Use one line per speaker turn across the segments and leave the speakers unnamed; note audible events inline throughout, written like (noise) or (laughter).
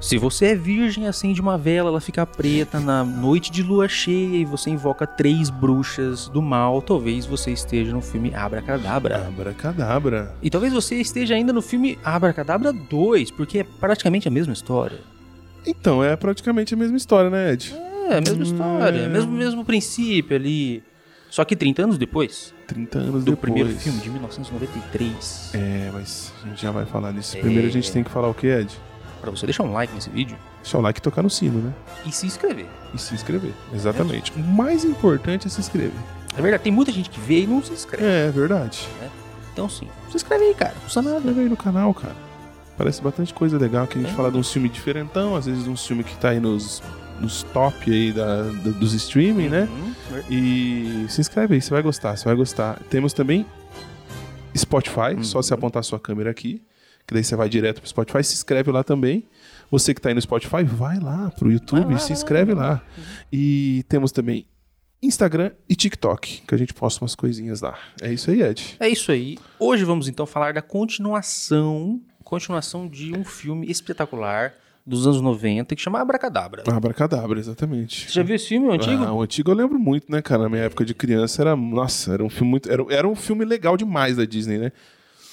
Se você é virgem, acende uma vela, ela fica preta na noite de lua cheia e você invoca três bruxas do mal. Talvez você esteja no filme Abracadabra.
Abracadabra.
E talvez você esteja ainda no filme Abracadabra 2, porque é praticamente a mesma história.
Então, é praticamente a mesma história, né, Ed?
É, a mesma
Hum.
história, mesmo, mesmo princípio ali. Só que 30 anos depois
30 anos
do
depois.
primeiro filme, de 1993.
É, mas a gente já vai falar disso.
É.
Primeiro a gente tem que falar o que, Ed?
Pra você deixar um like nesse vídeo
Deixar o like e tocar no sino, né?
e se inscrever.
E se inscrever.
É.
Exatamente. O mais importante é se inscrever.
Na verdade, tem muita gente que vê e não se inscreve.
É, é verdade.
Então sim, se inscreve aí, cara. Não custa
Se
nada. É.
inscreve aí no canal, cara. Parece bastante coisa legal que a gente fala de um filme diferentão, às vezes de um filme que tá aí nos, nos top aí da, da- dos streaming, né?
Uhum.
E se inscreve aí, você vai gostar, você vai gostar. Temos também Spotify,
Uhum.
só se apontar a sua câmera aqui, que daí você vai direto pro Spotify, se inscreve lá também. Você que tá aí no Spotify, vai lá pro YouTube,
Vai lá,
se
vai lá,
inscreve
vai
lá. E temos também Instagram e TikTok, que a gente posta umas coisinhas lá. É isso aí, Ed.
É isso aí. Hoje vamos então falar da continuação, continuação de um filme espetacular dos anos 90 que chama Abracadabra.
Abracadabra, exatamente.
Você já viu esse filme o antigo?
Ah, o antigo eu lembro muito, né, cara? Na minha época de criança era. Nossa, era um filme muito. Era, era um filme legal demais da Disney, né?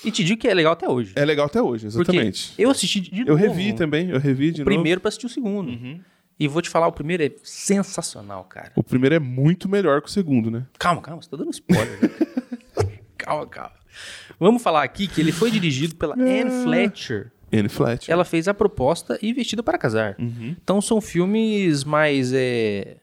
E te digo que é legal até hoje.
É legal até hoje,
Por quê?
exatamente.
Eu assisti de novo.
Eu revi também, eu revi de
o
novo. Uhum.
primeiro pra assistir o segundo. E vou te falar, o primeiro é sensacional, cara.
O primeiro é muito melhor que o segundo, né?
Calma, calma, você tá dando spoiler.
(laughs)
né? calma, calma. Vamos falar aqui que ele foi dirigido pela
Ah.
Anne Fletcher.
Anne Flat.
Ela fez A Proposta e Vestida para Casar.
Uhum.
Então são filmes mais. É...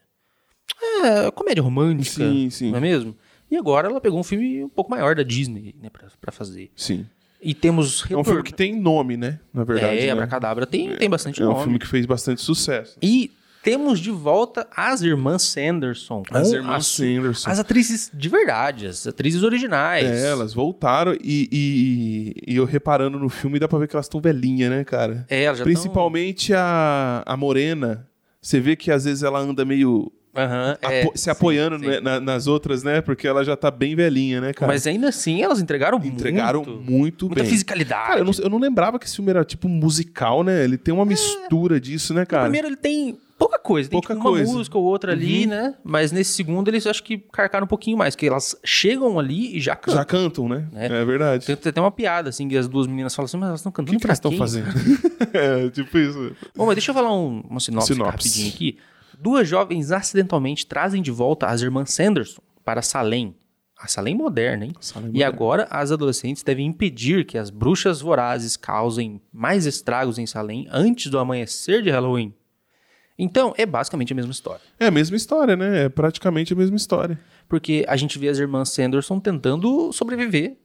é, comédia romântica.
Sim, sim.
Não é mesmo? E agora ela pegou um filme um pouco maior da Disney, né, pra, pra fazer.
Sim.
E temos.
É um
retorno-
filme que tem nome, né? Na verdade.
É,
né?
Abracadabra tem, tem bastante
É um
nome.
filme que fez bastante sucesso.
E temos de volta as irmãs Sanderson.
As
com
irmãs
as,
Sanderson.
as atrizes de verdade, as atrizes originais.
É, elas voltaram e, e, e eu reparando no filme dá pra ver que elas estão velhinhas, né, cara?
É, elas já
Principalmente a, a Morena. Você vê que às vezes ela anda meio
tão- Aham, é,
apo- se
sim,
apoiando
sim.
né, na- nas outras, né? Porque ela já tá bem velhinha, né, cara?
Mas ainda assim, elas entregaram
entregaram
muito.
muito,
Muita
bem.
fisicalidade.
Cara, eu não, eu não lembrava que esse filme era tipo musical, né? Ele tem uma mistura disso, né, cara?
É. Primeiro ele tem pouca coisa, tem
Pouca
tipo, uma
coisa. Uhum.
música ou outra ali, né? Mas nesse segundo eles acho que carcaram um pouquinho mais, que elas chegam ali e já cantam.
Já cantam, né?
Né?
É, verdade.
Tem até uma piada, assim, que as duas meninas falam assim, mas elas estão
O
cantando
que, que
pra
eles estão
quem?"
fazendo? (laughs) é, tipo isso.
Bom, mas deixa eu falar um, uma sinopse,
Sinopse.
rapidinho aqui. Duas jovens acidentalmente trazem de volta as irmãs Sanderson para Salem. A Salem moderna, hein?
Salem
E
moderna.
agora as adolescentes devem impedir que as bruxas vorazes causem mais estragos em Salem antes do amanhecer de Halloween. Então, é basicamente a mesma história.
É a mesma história, né? É praticamente a mesma história.
Porque a gente vê as irmãs Sanderson tentando sobreviver,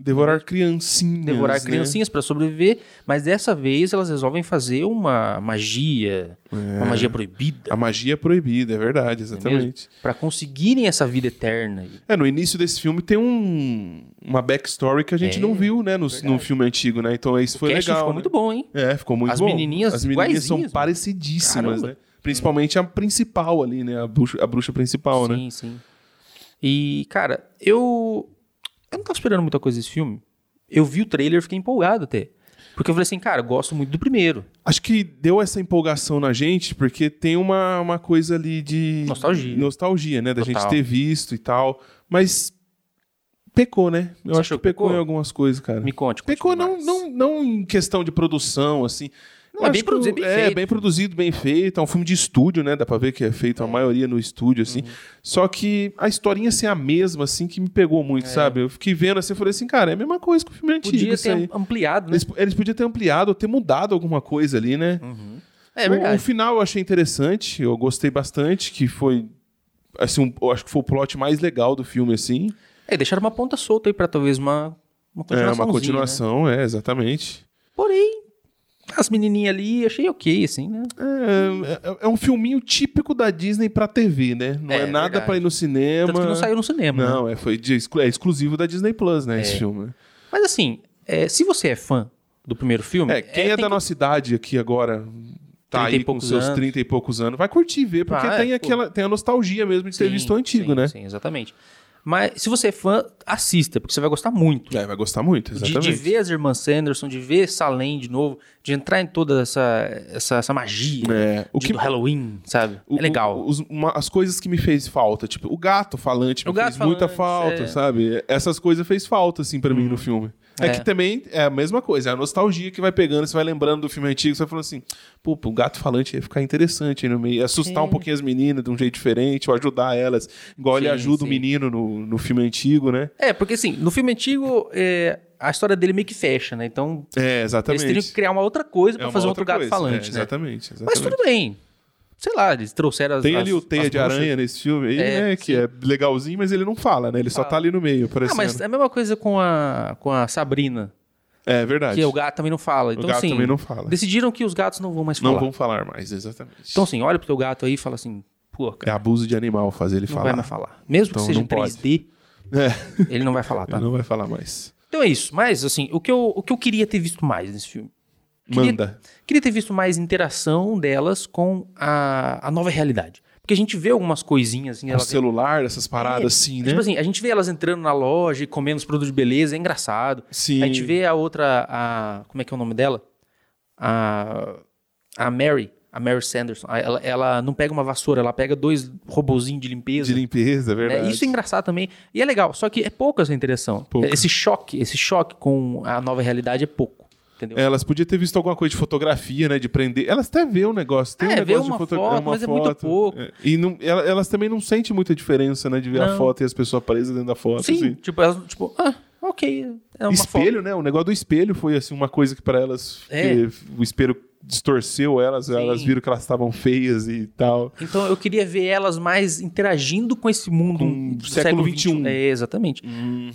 Devorar criancinhas.
Uhum. devorar
né?
criancinhas para sobreviver, mas dessa vez elas resolvem fazer uma magia, uma magia proibida.
É. A magia é proibida, é verdade, exatamente.
Pra conseguirem essa vida eterna. aí.
É, no início desse filme tem um, uma backstory que a gente
É,
não viu, né, no, no filme antigo, né? Então isso foi
o
legal.
casting ficou
né?
muito bom, hein?
É, ficou muito
As
bom.
menininhas
As menininhas
iguaizinhas,
são
mano.
parecidíssimas,
Caramba.
né? Principalmente a principal ali, né? A bruxa, a bruxa principal, né?
sim, sim. E, cara, eu. Eu não tava esperando muita coisa desse filme. Eu vi o trailer e fiquei empolgado até. Porque eu falei assim, cara, eu gosto muito do primeiro.
Acho que deu essa empolgação na gente, porque tem uma, uma coisa ali de.
Nostalgia.
Nostalgia, né? Da
Total.
gente ter visto e tal. Mas. Pecou, né?
Você
Eu acho
achou
que
que
pecou,
pecou?
em algumas coisas, cara.
Me conte. conte
Pecou É. não,
mais.
não, não em questão de produção, assim.
Não, é
Eu acho
bem
que
produzido,
o-
bem
é,
feito.
bem produzido, bem feito. É um filme de estúdio, né? Dá pra ver que é feito a maioria no estúdio,
Uhum.
assim. Só que a historinha assim, é a mesma, assim, que me pegou muito, sabe? Eu fiquei vendo assim, eu falei assim, cara, é a mesma coisa que o filme
É.
antigo.
Podia
isso
ter
aí.
ampliado, né?
Eles, eles podiam ter ampliado ou ter mudado alguma coisa ali, né?
É
O, o
verdade.
final eu achei interessante, eu gostei bastante, que foi. Assim, um- eu acho que foi o plot mais legal do filme, assim.
É, deixaram uma ponta solta aí pra talvez uma, uma
É
continuação.
uma continuação, é, exatamente.
Porém, as menininhas ali, achei ok, assim, né?
É, é- é um filminho típico da Disney pra TV, né? Não
É,
é, nada
verdade.
pra ir no cinema.
Tanto que não saiu no cinema. né?
É
É.
Não, é, foi de exclu- é exclusivo da Disney Plus, né? Esse filme. né?
Mas assim, é, se você é fã do primeiro filme.
É, quem é,
Hum. tem
da nossa idade aqui agora, tá
30 e
aí com
poucos
seus
anos.
30 e poucos anos, vai curtir ver, porque
Ah, é,
tem
pô.
aquela tem a nostalgia mesmo de ter
Sim,
visto o antigo,
sim,
né?
Sim, exatamente. Mas se você é fã, assista, porque você vai gostar muito.
É, vai gostar muito,
De,
exatamente.
de ver as irmãs Sanderson, de ver Salem de novo, de entrar em toda essa, essa, essa magia
É, o
de-
que-
do Halloween, sabe?
O-
é legal.
o- os- uma- as coisas que me fez falta, tipo, o gato falante me
O gato
fez muita
falante,
falta,
é.
sabe? Essas coisas fez falta, assim, pra mim no filme. É,
É.
que também é a mesma coisa, é a nostalgia que vai pegando, você vai lembrando do filme antigo, você vai falando assim, pô, pô, o gato falante ia ficar interessante aí no meio, ia assustar um pouquinho as meninas de um jeito diferente, ou ajudar elas, igual ele
Sim,
ajuda o
sim.
menino no, no filme antigo, né?
É, porque assim, no filme antigo, é, a história dele meio que fecha, né? Então,
É,
eles teriam que
exatamente.
criar uma outra coisa
É
pra
uma
fazer um
outra
outro gato
coisa,
falante,
é,
né?
Exatamente,
Mas
exatamente.
tudo bem. Sei lá, eles trouxeram as
Tem
as-
ali o Teia
as
de
bruxas.
Aranha nesse filme aí,
É,
né? Que
sim.
é legalzinho, mas ele não fala, né? Ele só tá ali no meio,
Ah,
parecendo.
mas é a mesma coisa com a, com a Sabrina,
É verdade.
que o gato também não fala. Então,
gato
assim,
também não fala.
decidiram que os gatos não vão mais
Não
falar.
vão falar mais, exatamente.
Então, assim, olha pro teu gato aí e fala assim, pô,
é
cara,
abuso de animal fazer ele
não
falar.
vai mais falar. Mesmo
Então,
que seja
não
em 3D,
É,
ele não vai falar, tá?
(laughs) ele não vai falar mais.
Então é isso. Mas, assim, o que eu, o que eu queria ter visto mais nesse filme? Queria-
Manda.
Queria ter visto mais interação delas com a, a nova realidade. Porque a gente vê algumas coisinhas assim,
O
elas-
celular, essas paradas assim, né?
Tipo assim, a gente vê elas entrando na loja e comendo os produtos de beleza, é engraçado.
Sim.
A gente vê a outra, a. Como é que é o nome dela? A. A Mary. A Mary Sanderson. A- Ela, ela não pega uma vassoura, ela pega dois robozinhos de limpeza.
de limpeza, é
né?
verdade.
Isso é engraçado também. E é legal, só que é pouca essa interação.
Pouca.
Esse choque, esse choque com a nova realidade é pouco. Entendeu?
Elas podiam ter visto alguma coisa de fotografia, né? De prender. Elas até vê um negócio. Tem
É,
um
vê
negócio
uma
de foto...
foto,
uma
mas é muito
foto.
pouco.
É, E não- ela- elas também não sentem muita diferença, né? De ver a
Não.
foto e as pessoas presas dentro da foto.
Sim,
assim.
tipo, elas, tipo, ah, ok. É uma
espelho, né? O negócio do espelho foi assim uma coisa que pra elas
É.
que o espelho distorceu elas, elas viram que elas estavam feias e tal.
foto. Então eu queria ver elas mais interagindo com esse mundo
Com
do
século XXI.
É, exatamente.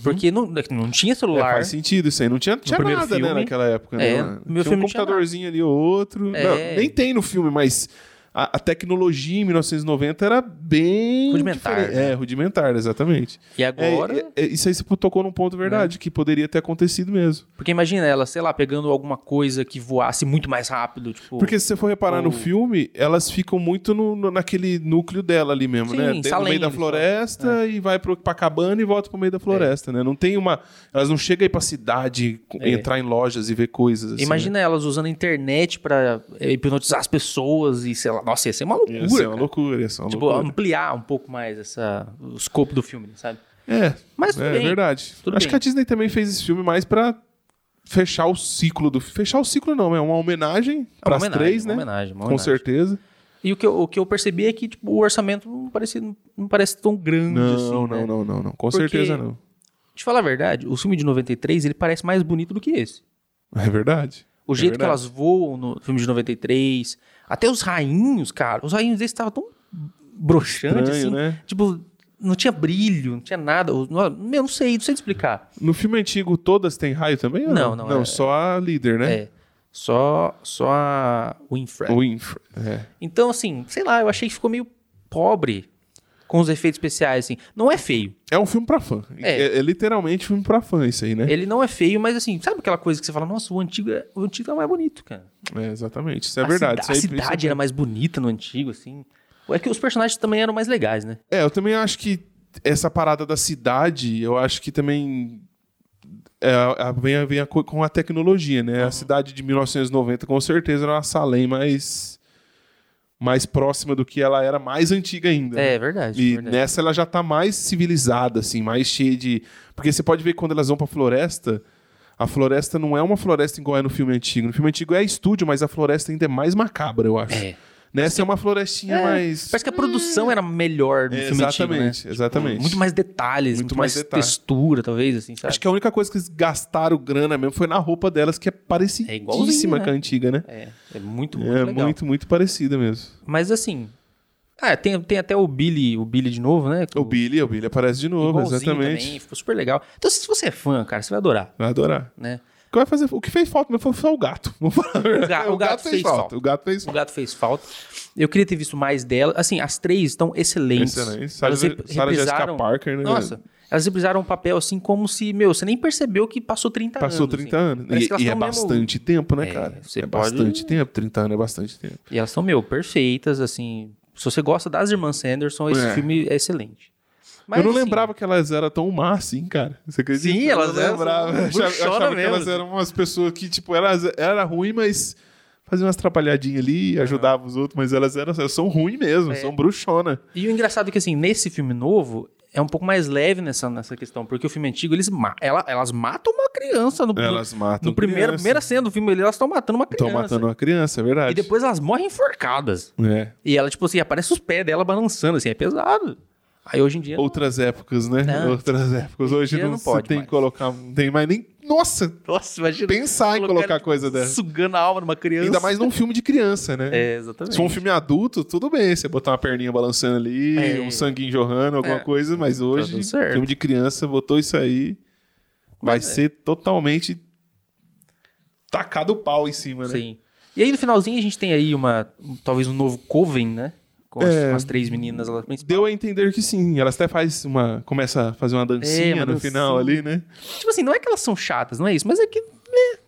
Porque não, não tinha
Uhum. É,
celular.
faz sentido isso aí. Não tinha, tinha
primeiro
nada, né,
filme,
naquela época, né?
é,
Tinha
meu filme
um
não tinha
computadorzinho ali ou outro.
É.
Não, nem tem no filme, mas a, a tecnologia em 1990 era bem
Rudimentar,
diferente.
né?
É, rudimentar, exatamente.
e
É,
agora. Né?
é, é, isso aí você tocou num ponto verdade, que poderia ter acontecido mesmo.
Porque imagina ela, sei lá, pegando alguma coisa que voasse muito mais rápido. Tipo,
Porque se você for reparar no
o-
filme, elas ficam muito no, no- naquele núcleo dela ali mesmo,
Sim,
né? Dentro- No
Salem,
meio da
eles
floresta e vai pro, pra cabana e volta pro meio da floresta, né? Não tem uma. Elas não chegam aí pra cidade, co-
É.
entrar em lojas e ver coisas assim.
imagina elas usando a internet pra é, hipnotizar as pessoas e sei lá. Nossa, ia ser uma
Né?
loucura.
Ia ser uma
cara.
loucura, ia ser uma
Tipo,
loucura.
ampliar um pouco mais essa, o escopo do filme, sabe?
É,
Mas tudo
é
bem.
verdade.
Tudo
Acho
bem.
que a Disney também fez esse filme mais pra fechar o ciclo do. Fechar o ciclo não, é uma
É
homenagem
uma
pras
homenagem,
três,
uma
né?
homenagem, uma
Com
homenagem.
certeza.
E o que eu, o que eu percebi é que tipo, o orçamento não parece, não parece tão grande
Não,
assim.
não,
né?
não, não, não, Com
Porque-
certeza não.
Te falar a verdade, o filme de 93 ele parece mais bonito do que esse.
É verdade.
O
É
jeito que
verdade.
elas voam no filme de 93, até os rainhos, cara, os rainhos desse estavam tão broxantes
Estranho,
assim.
né?
Tipo, não tinha brilho, não tinha nada. Eu não- eu não sei, não sei te explicar.
No filme antigo, todas têm raio também? ou
Não, não,
Não,
é-
só a líder, né?
É. Só, só a Winfrey.
O infra. É.
Então, assim, sei lá, eu achei que ficou meio pobre com os efeitos especiais, assim. Não é feio.
É um filme pra fã. É.
É.
é literalmente filme pra fã isso aí, né?
Ele não é feio, mas assim, sabe aquela coisa que você fala, nossa, o antigo, é- o antigo é mais bonito, cara.
É, exatamente. Isso é
a
verdade.
cida-
isso aí,
a cidade né?
isso
era mais bonita no antigo, assim. É que os personagens também eram mais legais, né?
é... é, eu também acho que essa parada da cidade, eu acho que também é, a- vem, a- vem a co- com a tecnologia, né?
Uhum.
A cidade de 1990, com certeza, era uma Salem mais, mais próxima do que ela era mais antiga ainda. né?
É, verdade.
E
verdade.
nessa ela já tá mais civilizada, assim, mais cheia de. Porque você pode ver quando elas vão pra floresta, a floresta não é uma floresta igual é no filme antigo. No filme antigo é estúdio, mas a floresta ainda é mais macabra, eu acho.
É.
Nessa é uma florestinha
É,
mais.
Parece que a produção era melhor no
É,
filme antigo, né?
exatamente, exatamente.
Muito mais detalhes,
Muito
muito,
mais
mais,
detalhe.
textura, talvez, assim, sabe?
Acho que a única coisa que eles gastaram grana mesmo foi na roupa delas, que é parecidíssima
igualzinho, né?
com a antiga, né?
É, é muito, muito
é
legal.
muito, muito parecida mesmo.
Mas assim, ah, tem, tem até o Billy, o Billy de novo, né?
O Billy, o Billy aparece de novo,
Igualzinho
exatamente.
Também, ficou super legal. Então, se você é fã, cara, você vai adorar,
Vai adorar.
né?
O que, vai fazer, o que fez falta mesmo foi só o gato. Vamos falar. a verdade.
o gato fez falta.
O gato fez
O gato fez falta. Eu queria ter visto mais dela. Assim, as três estão excelentes.
Excelente. Sarah,
Elas rep-
Sarah Jessica
reprisaram-
Parker, né?
Nossa, elas reprisaram um papel assim como se, meu, você nem percebeu que passou 30 anos.
Passou 30
assim.
anos.
Parece
E-
que elas
E, é
tão mesmo-
bastante tempo, né,
É,
cara?
você
é
pode-
bastante tempo. 30 anos é bastante tempo.
E elas são, meu, perfeitas, assim. Se você gosta das irmãs Sanderson, esse
É.
filme é excelente.
eu não
assim,
lembrava que elas eram tão má assim, cara. Você acredita?
Sim,
Eu
elas
não
eram-
lembrava. Eu achava, eu
bruxona
achava que
mesmo.
elas eram umas pessoas que, tipo, elas eram ruins, mas faziam umas atrapalhadinhas ali, ajudavam os outros, mas elas eram, elas são ruins
É.
mesmo, são bruxona.
E o engraçado é que, assim, nesse filme novo, é um pouco mais leve nessa, nessa questão, porque o filme antigo, eles ma- ela- elas matam uma criança no,
Elas matam
no primeiro,
criança.
primeira cena do filme, ali, elas estão matando uma
Estão
criança.
matando uma criança, é verdade.
E depois elas morrem enforcadas.
É.
E ela, tipo assim, aparece os pés dela balançando, assim, é pesado. Aí hoje em dia.
Outras épocas, né?
Não.
Outras épocas. Hoje
Ah. dia
não,
não
se
pode
tem
mais.
que colocar, não tem mais nem. Nossa,
Nossa, imagina.
pensar em colocar coisa dessa.
Sugando a alma de uma criança.
né? Ainda mais num filme de criança, né?
É, exatamente.
Se for um filme adulto, tudo bem. Você botar uma perninha balançando ali,
É.
um sanguinho jorrando, alguma
É.
coisa, mas hoje,
tudo certo.
filme de criança, botou isso aí, vai
Mas é.
ser totalmente tacado o pau em cima, né?
Sim. E aí no finalzinho a gente tem aí uma. um- talvez um novo Coven, né? Com as,
É.
com as três meninas lá. Tipo Mas,
Deu a entender que sim. Elas até faz uma. Começa a fazer uma dancinha
É, uma
no
dancinha.
final ali, né?
Tipo assim, não é que elas são chatas, não é isso, mas é que. Né,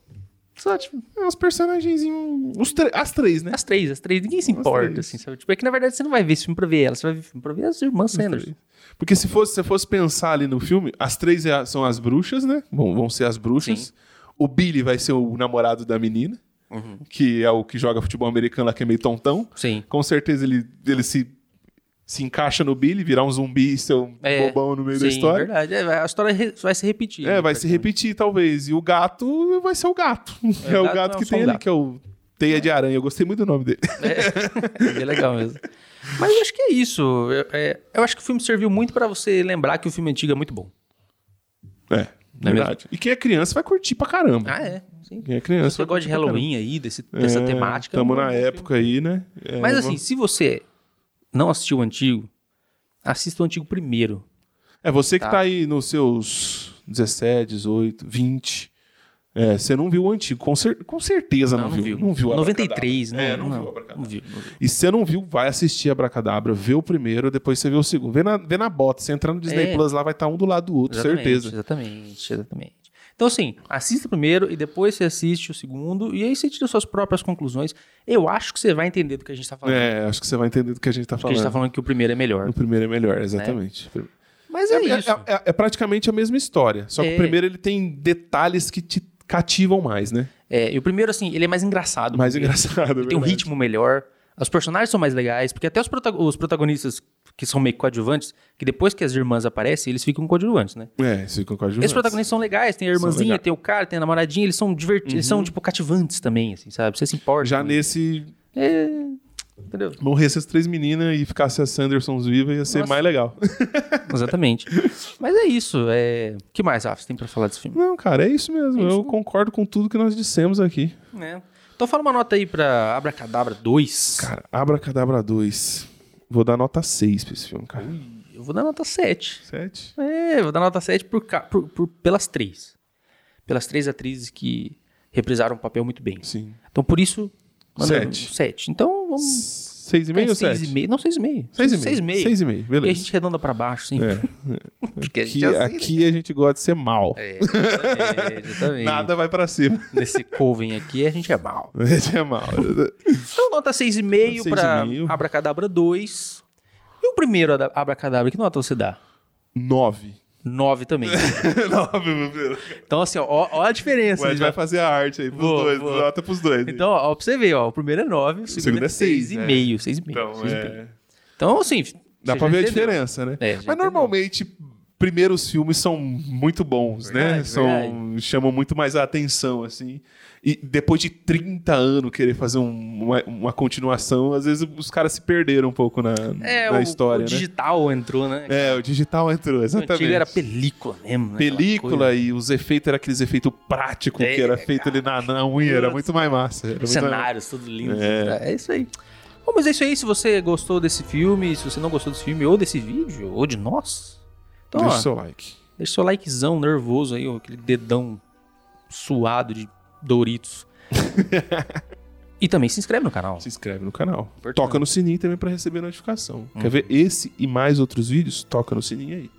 só, tipo,
É, Os personagens. em- os tre- As três, né?
as três, as três, ninguém se
As três.
importa, assim, sabe? Tipo, é que na verdade você não vai ver esse filme pra ver elas, você vai ver filme pra ver as irmãs Sanders.
Porque se fosse, se fosse pensar ali no filme, as três é a- são as bruxas, né? Vão, vão ser as bruxas.
Sim.
O Billy vai ser o namorado da menina,
Uhum.
que é o que joga futebol americano lá, que é meio tontão.
Sim.
Com certeza ele, ele se, se encaixa no Billy, virar um zumbi e ser um
É,
bobão no meio
Sim,
da história.
verdade. É, a história re- vai se repetir.
É,
né,
vai se
praticamente.
repetir talvez. E o gato vai ser o gato. (laughs) É, o
gato
gato
é
que
só
tem
um
ali,
gato.
que é o Teia de Aranha. Eu gostei muito do nome dele.
É, (laughs) bem legal mesmo. Mas eu acho que é isso. Eu, é, eu acho que o filme serviu muito pra você lembrar que o filme antigo é muito bom.
(laughs) É,
Não é
verdade. E quem é criança vai curtir pra caramba.
Ah, é. Sim.
Quem é
Se
criança.
você
vai
gosta de
curtir pra
Halloween aí, desse-
caramba.
dessa
É,
temática.
Tamo
é um
na
bom
época aí, né? É,
Mas
vamos-
assim, se você não assistiu o antigo, assista o antigo primeiro.
É você que
Tá.
tá. aí nos seus 17, 18, 20. É, você não viu o antigo, com, cer- com certeza
Ah,
não, viu. Não viu Abracadabra.
93, né?
É, não, viu
não
Abracadabra.
viu. não viu.
E se você não viu, vai assistir Abracadabra, vê o primeiro, depois você vê o segundo. Vê na, vê na bota, você entrar no Disney
É.
Plus lá, vai estar um do lado do outro,
Exatamente,
certeza.
Exatamente, exatamente. Então, assim, assista primeiro e depois você assiste o segundo, e aí você tira suas próprias conclusões. Eu acho que você vai entender do que a gente tá falando.
É, acho que você vai entender do que a gente tá
Porque a
falando.
gente tá falando que o primeiro é melhor.
O primeiro é melhor, exatamente.
Mas é,
é,
isso.
é- é- é praticamente a mesma história, só que
É.
o primeiro ele tem detalhes que te cativam mais, né?
É, e o primeiro, assim, ele é mais engraçado.
Mais
Ele
engraçado. é
Tem um
verdade.
ritmo melhor. Os personagens são mais legais, porque até os, prota- os protagonistas que são meio coadjuvantes, que depois que as irmãs aparecem, eles ficam coadjuvantes, né?
É, isso com a
Esses protagonistas são legais, tem a irmãzinha,
legais.
tem o cara, tem a namoradinha, eles são divertidos, eles são, tipo, cativantes também, assim, sabe? Você se importa.
Uhum. Já
com
nesse
isso. É,
(laughs)
entendeu?
morresse as três meninas e ficasse as Sandersons vivas ia ser
Nossa.
mais legal. (laughs)
Exatamente. Mas é isso. É... O que mais, Rafa, você tem pra falar desse filme?
Não, cara, é isso mesmo.
É isso.
Eu concordo com tudo que nós dissemos aqui.
É. Então fala uma nota aí pra Abracadabra 2.
Cara, Abracadabra 2. Vou dar nota 6 pra esse filme, cara.
Eu vou dar nota 7.
7?
É, eu vou dar nota 7 por, ca- por- por- pelas três. Pelas três atrizes que reprisaram o papel muito bem.
Sim.
Então, por isso,
Sete.
7. Então, vamos... é,
6,5 ou 7?
6,5. Não, 6,5.
6,5.
6,5.
6,5,
E a
beleza.
gente redonda pra baixo, sim.
É.
Porque (laughs) a gente
Aqui,
é assim,
aqui a gente gosta de ser mal.
né? É, exatamente, é,
(laughs)
exatamente.
Nada vai pra cima. (laughs)
Nesse coven aqui, a gente é mal.
A gente
(laughs)
é mal.
Então, nota 6,5 pra
6,5.
Abracadabra 2. E o primeiro Ada- Abracadabra, que nota você dá?
9.
9
(laughs)
também.
9, meu Deus.
Então, assim, ó, ó, ó a diferença. né?
O Ed vai fazer a arte aí pros
Boa,
dois.
boa.
Nota pros dois. aí.
Então, ó, ó, pra você ver, ó, o primeiro é 9, o segundo
segundo
é
é seis,
6,5. 6,5.
Então, é...
Então, assim.
Dá
você
pra
já
ver a
entendeu.
diferença, né?
É, já
Mas
entendeu.
normalmente, primeiros filmes são muito bons, né?
Verdade,
São, Chamam muito mais a atenção, assim. E depois de 30 anos querer fazer um- uma, uma continuação, às vezes os caras se perderam um pouco na,
É,
na
o, o
história, né?
digital entrou, né?
É, o digital entrou,
o
exatamente.
antigo era película mesmo. né? Aquela
Película é,
coisa.
e os efeitos eram aqueles efeitos práticos que
É,
era feito ali na, na unha, era muito mais massa. Era muito mais-
cenários, tudo lindo. É. isso aí. Bom, mas é isso aí. Se você gostou desse filme, se você não gostou desse filme, ou desse vídeo, ou de nós, então,
Deixa
ó,
o seu like.
deixa seu likezão nervoso aí, ó, aquele dedão suado de
(laughs)
Doritos. e também se inscreve no canal.
Se inscreve no canal.
Importante. Uhum.
Toca no sininho também pra receber notificação. Quer ver esse e mais outros vídeos? Toca no sininho aí.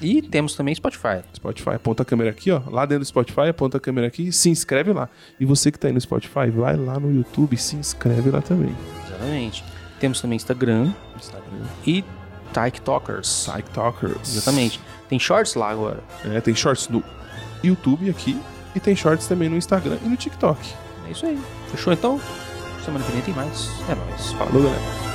E temos também Spotify.
Spotify, aponta a câmera aqui, ó. Lá dentro do Spotify, aponta a câmera aqui, se inscreve lá. E você que tá aí no Spotify, vai lá no YouTube e se inscreve lá também.
Exatamente. Temos também Instagram
Instagram.
e TikTokers.
Psych Talkers.
Exatamente. Tem shorts lá agora.
É, tem shorts no YouTube aqui e tem shorts também no Instagram e no TikTok.
É isso aí. Fechou então? Semana que vem tem mais. É nóis. Falou.
Falou, galera.